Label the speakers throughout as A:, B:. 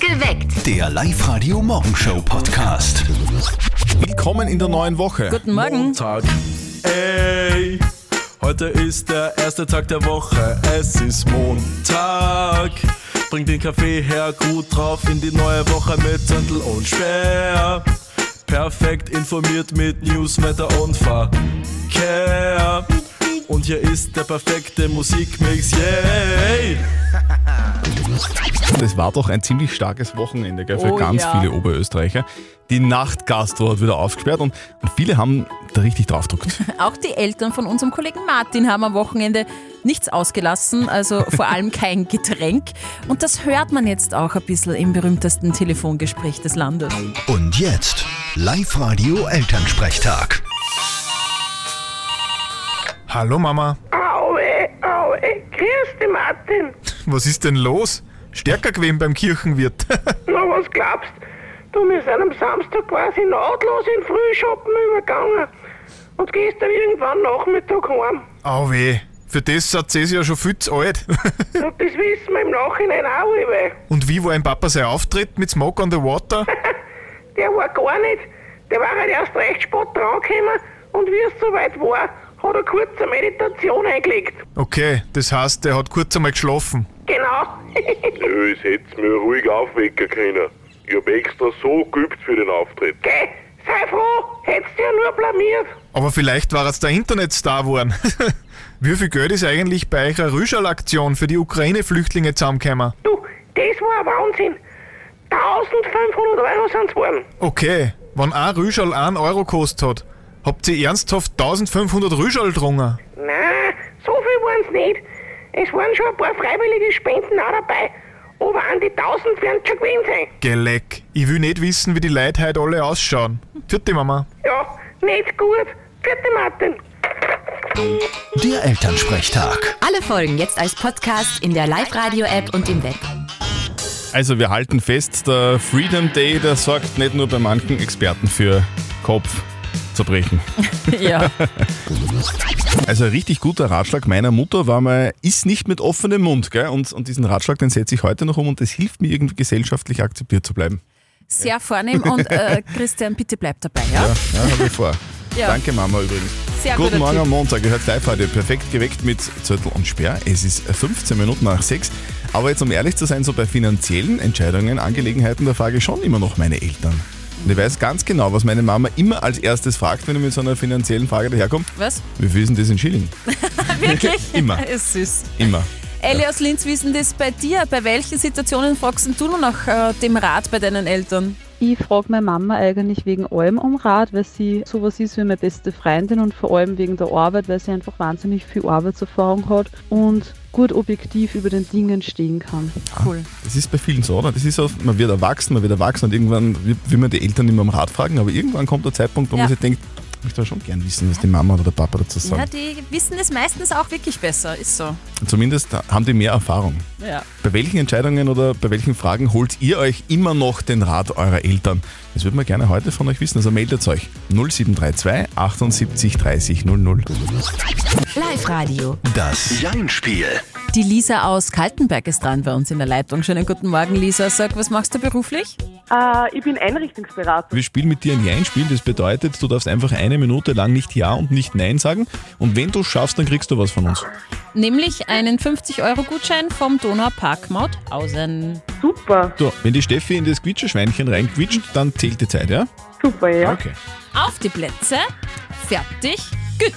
A: Geweckt.
B: Der Live-Radio Morgenshow Podcast.
C: Willkommen in der neuen Woche.
D: Guten Morgen.
C: Tag. Ey, heute ist der erste Tag der Woche. Es ist Montag. Bring den Kaffee her, gut drauf in die neue Woche mit Zettel und Speer. Perfekt informiert mit News, Wetter und Verkehr. Und hier ist der perfekte Musikmix, yay!
E: Das war doch ein ziemlich starkes Wochenende gell, für
D: Oh
E: ganz
D: ja.
E: viele Oberösterreicher. Die Nachtgastro hat wieder aufgesperrt und, und viele haben da richtig draufgedrückt.
D: Auch die Eltern von unserem Kollegen Martin haben am Wochenende nichts ausgelassen, also vor allem kein Getränk. Und das hört man jetzt auch ein bisschen im berühmtesten Telefongespräch des Landes.
B: Und jetzt Live-Radio Elternsprechtag.
F: Hallo Mama,
G: Aue, aue, grüß dich, Martin.
F: was ist denn los? Stärker gewesen beim Kirchenwirt.
G: Na, was glaubst du? Wir sind am Samstag quasi nahtlos in den Frühschoppen übergangen und gestern irgendwann Nachmittag heim.
F: Au weh, für das sind sie ja schon viel zu alt.
G: Und das wissen wir im Nachhinein auch weil
F: Und wie war ein Papa sein Auftritt mit Smoke on the Water?
G: Der war gar nicht, der war halt erst recht spät drangekommen und wie es soweit war, hat er kurz eine Meditation eingelegt.
F: Okay, das heißt, der hat kurz einmal geschlafen.
G: Genau.
H: Nö, es hätt's mir ruhig aufwecken können. Ich hab extra so geübt für den Auftritt.
G: Geh, sei froh, hättest du ja nur blamiert.
F: Aber vielleicht war es der Internetstar geworden. wie viel Geld ist eigentlich bei eurer Rüschal-Aktion für die Ukraine-Flüchtlinge zusammengekommen?
G: Du, das war ein Wahnsinn. 1500 Euro sind's geworden.
F: Okay, wenn ein Rüschal 1 Euro kostet hat, habt ihr ernsthaft 1500 Rüschal drungen?
G: Nein, so viel waren's nicht. Es waren schon ein paar freiwillige Spenden auch dabei. Aber an die 1000 werden schon gewesen sein.
F: Geleck, ich will nicht wissen, wie die Leute heute alle ausschauen. Vierte Mama.
G: Ja, nicht gut. Vierte Martin.
B: Der Elternsprechtag.
I: Alle Folgen jetzt als Podcast in der Live-Radio-App und im Web.
E: Also wir halten fest, der Freedom Day, der sorgt nicht nur bei manchen Experten für Kopf zerbrechen.
D: Ja,
E: Also ein richtig guter Ratschlag meiner Mutter war mal, iss nicht mit offenem Mund. Gell? Und, und diesen Ratschlag, den setze ich heute noch um und das hilft mir irgendwie gesellschaftlich akzeptiert zu bleiben.
D: sehr vornehm und äh, Christian, bitte bleib dabei, ja?
E: Ja, habe ich vor.
D: Ja.
E: Danke Mama übrigens.
D: Sehr
E: Guten
D: guter
E: Morgen
D: Tipp.
E: am Montag, ihr hört live heute perfekt geweckt mit Zettel und Sperr. Es ist 15 Minuten nach 6. Aber jetzt, um ehrlich zu sein, so bei finanziellen Entscheidungen, Angelegenheiten, da frage ich schon immer noch meine Eltern. Und ich weiß ganz genau, was meine Mama immer als erstes fragt, wenn ich mit so einer finanziellen Frage daherkomme.
D: Was?
E: Wie viel ist denn das in Schilling?
D: Wirklich?
E: Immer.
D: Ist süß.
E: Immer.
D: Ellie aus Linz, wie ist denn das bei dir? Bei welchen Situationen fragst denn du nur nach äh, dem Rat bei deinen Eltern?
J: Ich frage meine Mama eigentlich wegen allem um Rat, weil sie sowas ist wie meine beste Freundin und vor allem wegen der Arbeit, weil sie einfach wahnsinnig viel Arbeitserfahrung hat und gut objektiv über den Dingen stehen kann.
D: Cool.
E: Das ist bei vielen so, oder? Das ist so, man wird erwachsen, man wird erwachsen und irgendwann will- will man die Eltern immer um Rat fragen, aber irgendwann kommt der Zeitpunkt, wo
D: Ja.
E: man sich denkt, ich möchte aber schon gern wissen, was die Mama oder der Papa dazu
D: Ja,
E: sagen.
D: die wissen es meistens auch wirklich besser, ist so.
E: Zumindest haben die mehr Erfahrung.
D: Ja.
E: Bei welchen Entscheidungen oder bei welchen Fragen holt ihr euch immer noch den Rat eurer Eltern? Das würden wir gerne heute von euch wissen, also meldet euch 0732 78 30 00.
I: Live-Radio.
B: Das Jein-Spiel.
D: Die Lisa aus Kaltenberg ist dran bei uns in der Leitung. Schönen guten Morgen, Lisa. Sag, was machst du beruflich?
J: Äh, ich bin Einrichtungsberater.
E: Wir spielen mit dir ein Jein-Spiel, das bedeutet, du darfst einfach eine Minute lang nicht Ja und nicht Nein sagen und wenn du schaffst, dann kriegst du was von uns.
D: Nämlich einen 50-Euro-Gutschein vom Donaupark Mauthausen.
J: Super,
E: So, wenn die Steffi in das Quitscheschweinchen reinquitscht, dann zählt die Zeit, ja?
J: super, ja.
E: Okay.
D: Auf die Plätze. Fertig. Gut.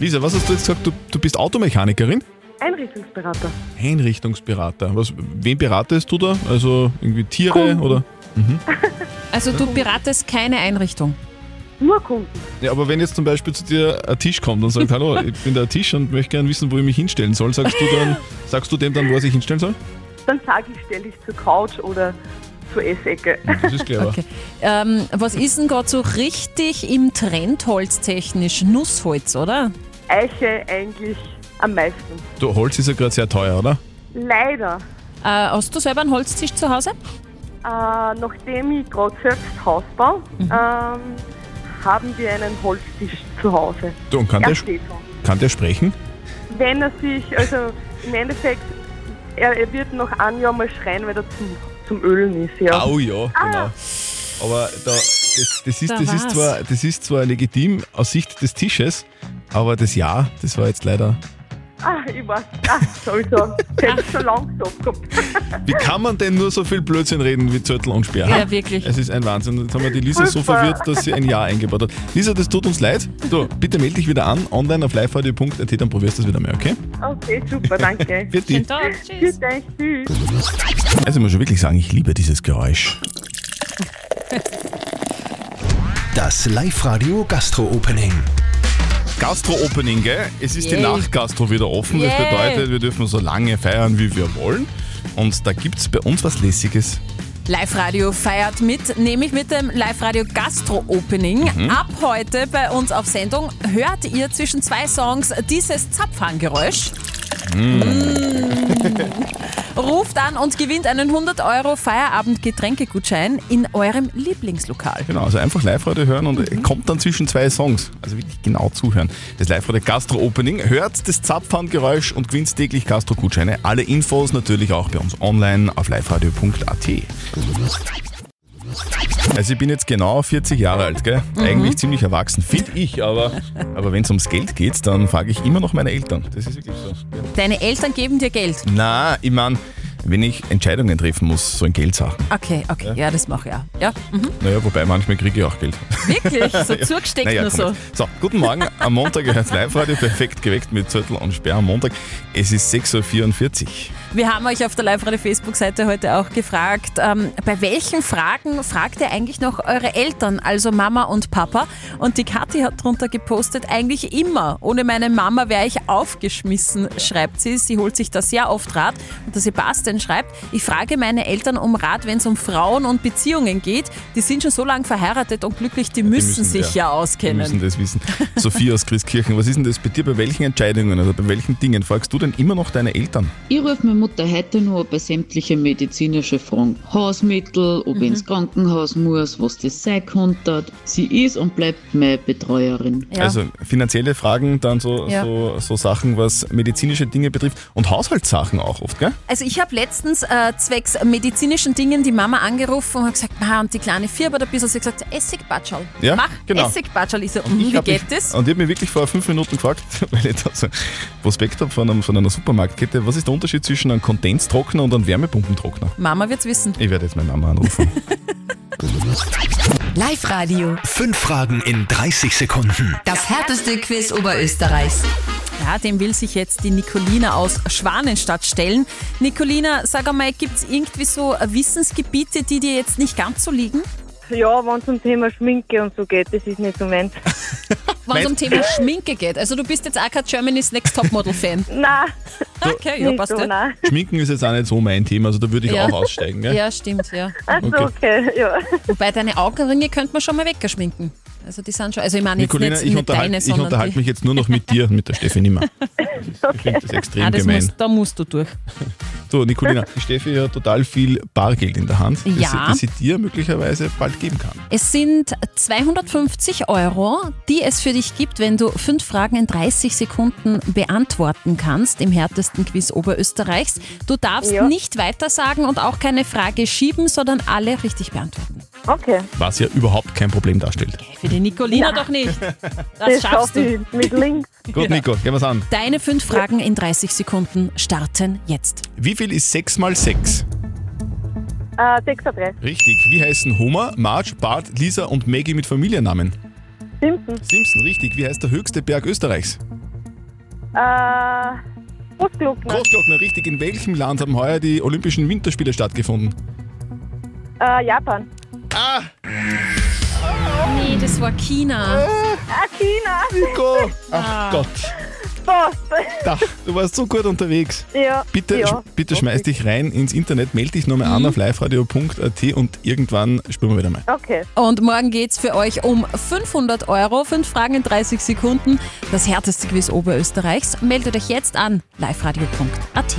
E: Lisa, was hast du jetzt gesagt? Du, du bist Automechanikerin?
J: Einrichtungsberater.
E: Einrichtungsberater. Was, wen beratest du da? Also irgendwie Tiere oder?
D: Also du beratest keine Einrichtung.
J: Nur Kunden.
E: Ja, aber wenn jetzt zum Beispiel zu dir ein Tisch kommt und sagt, hallo, ich bin der Tisch und möchte gerne wissen, wo ich mich hinstellen soll, sagst du dann, sagst du dem dann, wo er sich hinstellen soll?
J: Dann sage ich, stell dich zur Couch oder zur Essecke.
E: Das ist clever.
D: Okay. Ähm, was ist denn gerade so richtig im Trend holztechnisch? Nussholz, oder?
J: Eiche eigentlich am meisten.
E: Du, Holz ist ja gerade sehr teuer, oder?
J: Leider,
D: Äh, hast du selber einen Holztisch zu Hause?
J: äh, nachdem ich gerade selbst Haus baue, ähm, haben wir einen Holztisch zu Hause.
E: Du, und kann,
J: Er
E: der,
J: steht noch.
E: kann der sprechen?
J: Wenn er sich, also im Endeffekt, er, er wird noch ein Jahr mal schreien, weil er zu.
A: zum Ölen ist, ja.
E: Au ja, genau. Aber da, das, das, ist,
D: Da
E: das, ist
D: war's.
E: zwar, das ist zwar legitim aus Sicht des Tisches, aber das Ja, das war jetzt leider.
A: Ah, ich weiß. Ah, sowieso. Ich hätte schon lange gesagt gehabt.
E: Wie kann man denn nur so viel Blödsinn reden wie Zörtel und Speer?
D: Ja, wirklich.
E: Es ist ein Wahnsinn. Jetzt haben wir die Lisa so
A: Furchtbar.
E: verwirrt, dass sie ein Ja eingebaut hat. Lisa, das tut uns leid. Du, bitte melde dich wieder an, online auf liveradio.at, dann probierst du es wieder mehr, okay?
A: Okay, super, danke.
E: Für dich.
D: Tag, tschüss.
A: Gut, danke, tschüss.
E: Also ich muss schon wirklich sagen, ich liebe dieses Geräusch.
B: Das Live-Radio Gastro-Opening.
E: Gastro-Opening, gell? Es ist die
D: Yay.
E: Nachtgastro wieder offen. Das
D: Yay.
E: bedeutet, wir dürfen so lange feiern, wie wir wollen. Und da gibt es bei uns was Lässiges.
D: Live-Radio feiert mit, nämlich mit dem Live-Radio Gastro-Opening.
E: Mhm.
D: Ab heute bei uns auf Sendung hört ihr zwischen zwei Songs dieses Zapfhahn-Geräusch.
E: Mhm.
D: Mm. Ruft an und gewinnt einen 100-Euro-Feierabend-Getränkegutschein in eurem Lieblingslokal.
E: Genau, also einfach Live-Radio hören und kommt dann zwischen zwei Songs. Also wirklich genau zuhören. Das Live-Radio Gastro-Opening. Hört das Zapfhahn-Geräusch und gewinnt täglich Gastro-Gutscheine. Alle Infos natürlich auch bei uns online auf liveradio.at. Also ich bin jetzt genau 40 Jahre alt, gell? Eigentlich ziemlich erwachsen, finde ich, aber, aber wenn es ums Geld geht, dann frage ich immer noch meine Eltern. Das ist wirklich so.
D: Deine Eltern geben dir Geld.
E: Mhm. Na, ich meine, wenn ich Entscheidungen treffen muss, so in Geldsachen.
D: Okay, okay, ja, das mache ich auch. Ja, mhm.
E: Naja, wobei manchmal kriege ich auch Geld.
D: wirklich, so zugesteckt
E: Naja,
D: nur
E: komm
D: so.
E: jetzt. So, guten Morgen. Am Montag gehört Live-Radio perfekt geweckt mit Zettel und Sperr am Montag. Es ist 6.44 Uhr.
D: Wir haben euch auf der Live-Radio-Facebook-Seite heute auch gefragt, ähm, bei welchen Fragen fragt ihr eigentlich noch eure Eltern, also Mama und Papa? Und die Kathi hat drunter gepostet, eigentlich immer. Ohne meine Mama wäre ich aufgeschmissen, schreibt sie. Sie holt sich da sehr oft Rat. Und der Sebastian schreibt, ich frage meine Eltern um Rat, wenn es um Frauen und Beziehungen geht. Die sind schon so lange verheiratet und glücklich, die, müssen,
E: müssen,
D: sich
E: ja.
D: ja,
E: Wir müssen
D: auskennen.
E: das wissen. Sophie aus Christkirchen, was ist denn das bei dir? Bei welchen Entscheidungen oder bei welchen Dingen fragst du denn immer noch deine Eltern?
K: Ich rufe meine Mutter heute nur bei sämtlichen medizinischen Fragen. Hausmittel, ob ich ins Krankenhaus muss, was das sein könnte. Sie ist und bleibt meine Betreuerin.
D: Ja.
E: Also finanzielle Fragen, dann so,
D: Ja.
E: so, so Sachen, was medizinische Dinge betrifft und Haushaltssachen auch oft, gell?
D: Also ich habe letztens äh, zwecks medizinischen Dingen die Mama angerufen und hab gesagt, Ma, und die kleine Firma da ein bisschen, sie hat gesagt, Essigbatschal.
E: Ja,
D: Mach
E: genau.
D: Essigbatschal. Ich so, "Mhm, wie
E: hab mich-
D: geht das?
E: Und ich habe mich wirklich vor fünf Minuten gefragt, weil ich da so ein Prospekt habe von, einem- von einer Supermarktkette, was ist der Unterschied zwischen einem Kondenstrockner und einem Wärmepumpentrockner?
D: Mama wird's wissen.
E: Ich werde jetzt meine Mama anrufen.
I: Live-Radio.
B: Fünf Fragen in 30 Sekunden.
I: Das härteste Quiz Oberösterreichs.
D: Ja, dem will sich jetzt die Nicolina aus Schwanenstadt stellen. Nicolina, sag einmal, gibt's irgendwie so äh, Wissensgebiete, die dir jetzt nicht ganz so liegen?
A: Ja, wenn es um Thema Schminke und so geht, das ist nicht so meins.
D: Wenn es um Thema Schminke geht. Also du bist jetzt auch kein Germany's Next Topmodel-Fan.
A: Nein,
D: Okay, ja,
A: nicht
D: passt
A: so,
D: ja.
A: nein.
E: Schminken ist jetzt auch nicht so mein Thema, also da würde ich
D: Ja.
E: auch aussteigen. Gell?
D: Ja, stimmt, ja.
A: Also
E: Okay.
A: okay. ja.
D: Wobei deine Augenringe könnte man schon mal weggeschminken. Also die sind schon, also ich meine jetzt
E: Nicolina,
D: nicht,
E: ich
D: nicht
E: unterhalte,
D: deine,
E: ich
D: sondern
E: unterhalte
D: die.
E: mich jetzt nur noch mit dir, und mit der Steffi nimmer. Ich finde das extrem
D: Ah, das
E: gemein.
D: musst, da musst du durch.
E: So, Nicolina, die Steffi hat total viel Bargeld in der Hand, das
D: Ja.
E: sie- das sie dir möglicherweise bald geben kann.
D: Es sind 250 Euro, die es für dich gibt, wenn du fünf Fragen in 30 Sekunden beantworten kannst im härtesten Quiz Oberösterreichs. Du darfst
A: Ja.
D: nicht weitersagen und auch keine Frage schieben, sondern alle richtig beantworten.
A: Okay,
E: Was ja überhaupt kein Problem darstellt.
D: Für die Nicolina doch nicht. Das
A: das
D: schaffst
A: schaffe
D: du.
A: ich mit links.
E: Gut, Nico, gehen wir's an.
D: Deine fünf Fragen in 30 Sekunden starten jetzt.
E: Wie viel ist 6 mal 6?
A: Äh, 36.
E: Richtig. Wie heißen Homer, Marge, Bart, Lisa und Maggie mit Familiennamen?
A: Simpson.
E: Simpson, richtig. Wie heißt der höchste Berg Österreichs?
A: Äh, Großglockner.
E: Großglockner, richtig. In welchem Land haben heuer die Olympischen Winterspiele stattgefunden?
A: Äh, Japan.
E: Ah,
D: Nee, das war China.
A: Ah, China.
E: Nico! Ach Gott,
A: Passt.
E: da, du warst so gut unterwegs.
A: Ja.
E: Bitte,
A: ja.
E: sch bitte schmeiß dich rein ins Internet, melde dich nochmal an auf liveradio.at und irgendwann spüren wir wieder mal.
A: Okay.
D: Und morgen geht's für euch um 500 Euro. Fünf Fragen in 30 Sekunden. Das härteste Quiz Oberösterreichs. Meldet euch jetzt an liveradio.at.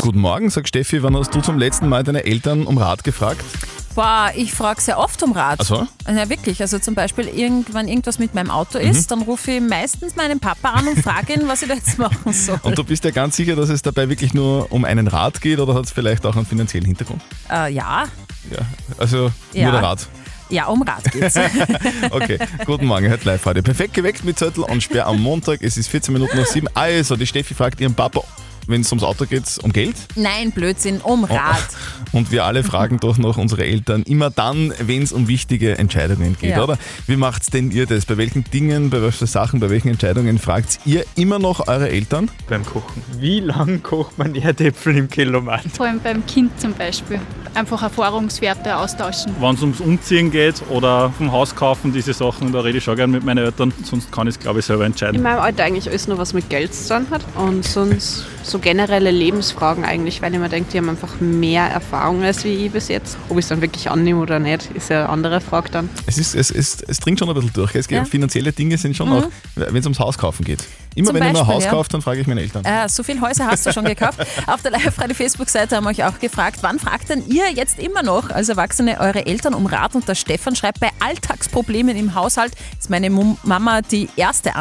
E: Guten Morgen, sagt Steffi, wann hast du zum letzten Mal deine Eltern um Rat gefragt?
D: Boah, ich frage sehr oft um Rat.
E: Ach so?
D: Na wirklich, also zum Beispiel, irgend, wenn irgendwas mit meinem Auto ist,
E: Mhm.
D: dann rufe ich meistens meinen Papa an und frage ihn, was ich da jetzt machen soll.
E: Und du bist ja ganz sicher, dass es dabei wirklich nur um einen Rat geht oder hat es vielleicht auch einen finanziellen Hintergrund?
D: äh, ja,
E: Ja. Also
D: Ja.
E: nur der Rat.
D: ja, um Rat geht's.
E: Okay, guten Morgen, hört live heute. Perfekt geweckt mit Zettel und Sperr am Montag. Es ist 14 Minuten nach 7. Also, die Steffi fragt ihren Papa, wenn es ums Auto geht, um Geld.
D: Nein, Blödsinn, um
E: Oh.
D: Rat.
E: Und wir alle fragen doch noch unsere Eltern immer dann, wenn es um wichtige Entscheidungen geht,
D: Ja.
E: oder? Wie macht's denn ihr das? Bei welchen Dingen, bei welchen Sachen, bei welchen Entscheidungen fragt ihr immer noch eure Eltern?
L: Beim Kochen. Wie lang kocht man Erdäpfel im Kilomat?
M: Vor allem beim Kind zum Beispiel. Einfach Erfahrungswerte austauschen.
L: Wenn es ums Umziehen geht oder vom Haus kaufen, diese Sachen, da rede ich schon gern mit meinen Eltern. Sonst kann ich es, glaube ich, selber entscheiden.
N: In meinem Alter eigentlich alles nur, was mit Geld zu tun hat. Und sonst so generelle Lebensfragen eigentlich, weil ich mir denke, die haben einfach mehr Erfahrung als wie ich bis jetzt. Ob ich es dann wirklich annehme oder nicht, ist ja eine andere Frage dann.
E: Es, ist, es, es, es dringt schon ein bisschen durch. gell? Es geht,
N: Ja.
E: Finanzielle Dinge sind schon
D: Mhm.
E: auch, wenn es ums Haus kaufen geht. Immer
D: Zum
E: wenn ich ein
D: Beispiel,
E: Haus
D: ja.
E: kaufe, dann frage ich meine Eltern.
D: Äh, so viele Häuser hast du schon gekauft. Auf der Live-Radio-Facebook-Seite haben wir euch auch gefragt, wann fragt denn ihr jetzt immer noch als Erwachsene eure Eltern um Rat? Und der Stefan schreibt, bei Alltagsproblemen im Haushalt ist meine Mum Mama die erste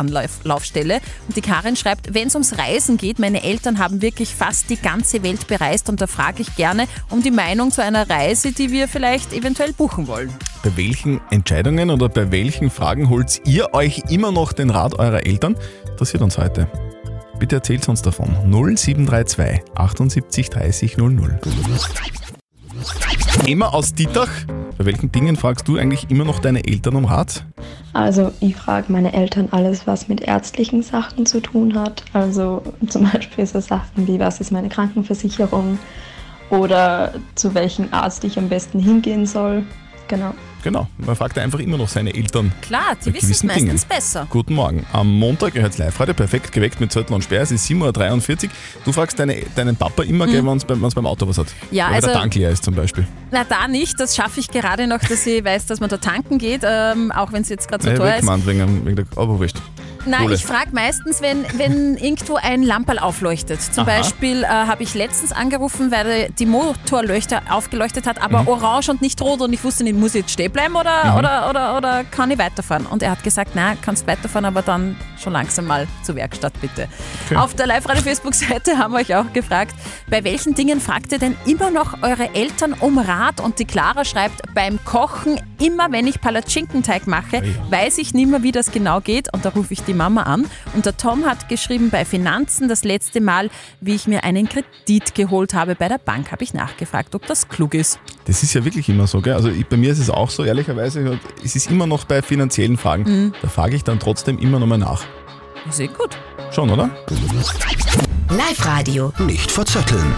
D: Anlaufstelle. Und die Karin schreibt, wenn es ums Reisen geht, meine Eltern haben wirklich fast die ganze Welt bereist und da frage ich gerne um die Meinung zu einer Reise, die wir vielleicht eventuell buchen wollen.
E: Bei welchen Entscheidungen oder bei welchen Fragen holt ihr euch immer noch den Rat eurer Eltern? Interessiert uns heute. Bitte erzählt uns davon. 0732 78 30 00. Emma aus Dietach, bei welchen Dingen fragst du eigentlich immer noch deine Eltern um Rat?
O: Also ich frage meine Eltern alles, was mit ärztlichen Sachen zu tun hat. Also zum Beispiel so Sachen wie, was ist meine Krankenversicherung oder zu welchem Arzt ich am besten hingehen soll. Genau.
E: Genau, man fragt einfach immer noch seine Eltern.
D: Klar, die wissen
E: Bei
D: es
E: gewissen
D: meistens
E: Dingen.
D: besser.
E: Guten Morgen. Am Montag gehört live heute perfekt geweckt mit Zettel und Sperr. Es ist 7.43 Uhr. Du fragst deine, deinen Papa immer, gell,
D: Mhm.
E: wenn uns beim, wenn's beim Auto was hat.
D: Ja,
E: Wenn der
D: also-
E: Tank leer ist zum Beispiel.
D: Na, da nicht. Das schaffe ich gerade noch, dass ich weiß, dass man da tanken geht, ähm, auch wenn es jetzt gerade so
E: Nein,
D: teuer ist.
E: weggemeint wegen, dem- Äh, wegen der. Aber wurscht.
D: Nein,
E: Kohle.
D: ich frage meistens, wenn, wenn irgendwo ein Lamperl aufleuchtet. Zum
E: Aha.
D: Beispiel äh, habe ich letztens angerufen, weil die Motorleuchter aufgeleuchtet hat, aber
E: Mhm.
D: orange und nicht rot und ich wusste nicht, muss ich jetzt stehen bleiben oder,
E: Mhm.
D: oder, oder, oder kann ich weiterfahren? Und er hat gesagt, na, kannst weiterfahren, aber dann schon langsam mal zur Werkstatt bitte.
P: Okay.
D: Auf der Live-Radio-Facebook-Seite haben wir euch auch gefragt, bei welchen Dingen fragt ihr denn immer noch eure Eltern um Rat? Und die Clara schreibt, beim Kochen, immer wenn ich Palatschinkenteig mache, weiß ich nicht mehr, wie das genau geht. Und da rufe ich die Mama an. Und der Tom hat geschrieben, bei Finanzen, das letzte Mal, wie ich mir einen Kredit geholt habe bei der Bank, habe ich nachgefragt, ob das klug ist.
E: Das ist ja wirklich immer so, gell? Also ich, bei mir ist es auch so, ehrlicherweise. und Es ist immer noch bei finanziellen Fragen.
D: Mhm.
E: Da frage ich dann trotzdem immer nochmal nach.
D: Sehr gut.
E: Schon, oder?
I: Live-Radio.
B: Nicht verzetteln.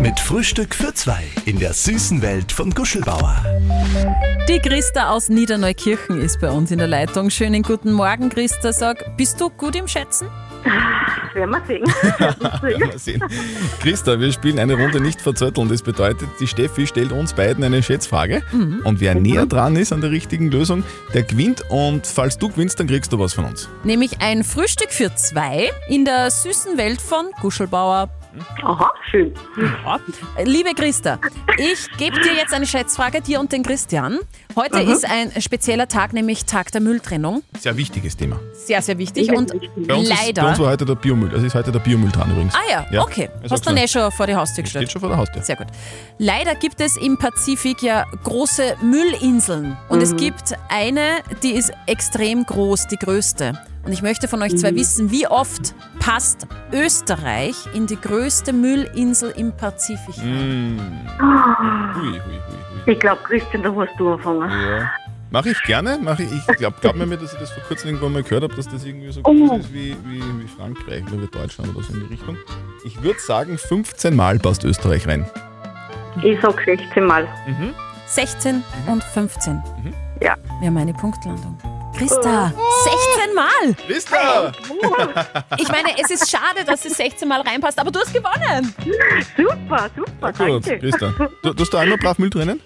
B: Mit Frühstück für zwei in der süßen Welt von Guschelbauer.
D: Die Christa aus Niederneukirchen ist bei uns in der Leitung. Schönen guten Morgen, Christa. Sag, bist du gut im Schätzen?
A: Werden wir sehen.
E: Werden wir sehen. Christa, wir spielen eine Runde nicht verzötteln. Das bedeutet, die Steffi stellt uns beiden eine Schätzfrage.
D: Mhm.
E: Und wer näher dran ist an der richtigen Lösung, der gewinnt. Und falls du gewinnst, dann kriegst du was von uns.
D: Nämlich ein Frühstück für zwei in der süßen Welt von Guschelbauer.
A: Aha, schön.
D: Ja. Liebe Christa, ich gebe dir jetzt eine Schätzfrage, dir und den Christian. Heute
E: Mhm.
D: ist ein spezieller Tag, nämlich Tag der Mülltrennung.
E: Sehr wichtiges Thema.
D: Sehr, sehr wichtig und
E: Bei uns, ist, bei
D: leider.
E: uns war heute der Biomüll. Also ist heute der Biomüll dran übrigens.
D: Ah ja, okay.
E: Ich sag's
D: Hast du dann
E: nur.
D: eh schon vor die Haustür gestellt?
E: Steht schon vor der Haustür.
D: Sehr gut. Leider gibt es im Pazifik ja große Müllinseln. Und es
Q: Mhm.
D: gibt eine, die ist extrem groß, die größte. Und ich möchte von euch zwei
Q: Mhm.
D: wissen, wie oft passt Österreich in die größte Müllinsel im Pazifik?
E: Mhm. Hui, hui, hui.
A: Ich glaube, Christian, da musst du anfangen.
E: Ja. Mache ich gerne. Mach ich ich glaube glaub mir, dass ich das vor kurzem irgendwo mal gehört habe, dass das irgendwie so
A: Oh.
E: groß ist wie, wie, wie Frankreich oder wie Deutschland oder so in die Richtung. Ich würde sagen, 15 Mal passt Österreich rein.
A: Ich sag 16 Mal.
D: 16 und 15.
A: Ja.
D: Wir haben eine Punktlandung. Christa, 16 Mal!
E: Christa!
D: Ich meine, es ist schade, dass es 16 Mal reinpasst, aber du hast gewonnen!
A: Super, super,
E: Gut,
A: danke.
E: Christa. Du, du hast da einmal brav Müll drinnen?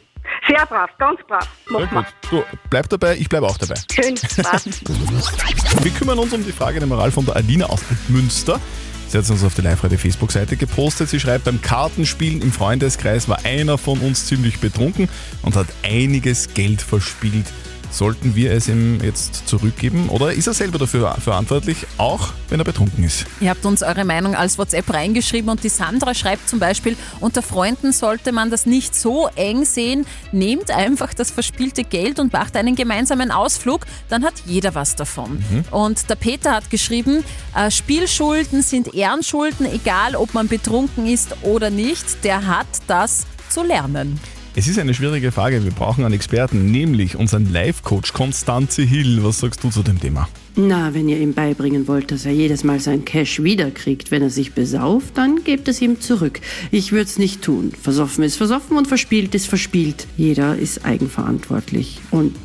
A: Sehr brav, ganz brav.
E: Sehr gut. Du, bleib dabei, ich bleibe auch dabei.
A: Schön, brav.
E: Wir kümmern uns um die Frage der Moral von der Alina aus Münster. Sie hat es uns auf der Live-Radio-Facebook-Seite gepostet. Sie schreibt, beim Kartenspielen im Freundeskreis war einer von uns ziemlich betrunken und hat einiges Geld verspielt. Sollten wir es ihm jetzt zurückgeben oder ist er selber dafür verantwortlich, auch wenn er betrunken ist?
D: Ihr habt uns eure Meinung als WhatsApp reingeschrieben und die Sandra schreibt zum Beispiel, unter Freunden sollte man das nicht so eng sehen. Nehmt einfach das verspielte Geld und macht einen gemeinsamen Ausflug, dann hat jeder was davon.
R: Mhm.
D: Und der Peter hat geschrieben, äh, Spielschulden sind Ehrenschulden, egal ob man betrunken ist oder nicht, der hat das zu lernen.
E: Es ist eine schwierige Frage. Wir brauchen einen Experten, nämlich unseren Live-Coach Konstanze Hill. Was sagst du zu dem Thema?
F: Na, wenn ihr ihm beibringen wollt, dass er jedes Mal sein Cash wiederkriegt, wenn er sich besauft, dann gebt es ihm zurück. Ich würde es nicht tun. Versoffen ist versoffen und verspielt ist verspielt. Jeder ist eigenverantwortlich. Und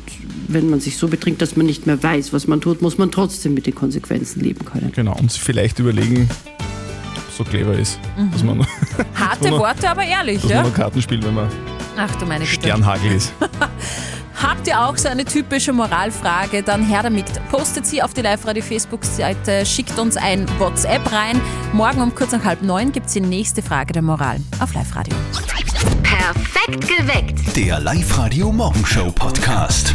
F: wenn man sich so betrinkt, dass man nicht mehr weiß, was man tut, muss man trotzdem mit den Konsequenzen leben können.
E: Genau, und sich vielleicht überlegen, ob so clever ist,
D: Mhm.
E: dass man,
D: Harte
E: Bruno,
D: Worte, aber ehrlich,
E: dass
D: ja?
E: man nur Karten spielt, wenn man
D: Ach du meine Güte.
E: Sternhagel ist.
D: Habt ihr auch so eine typische Moralfrage, dann her damit. Postet sie auf die Live-Radio-Facebook-Seite, schickt uns ein WhatsApp rein. Morgen um kurz nach halb neun gibt es die nächste Frage der Moral auf Live-Radio.
I: Perfekt geweckt.
B: Der Live-Radio Morgenshow Podcast.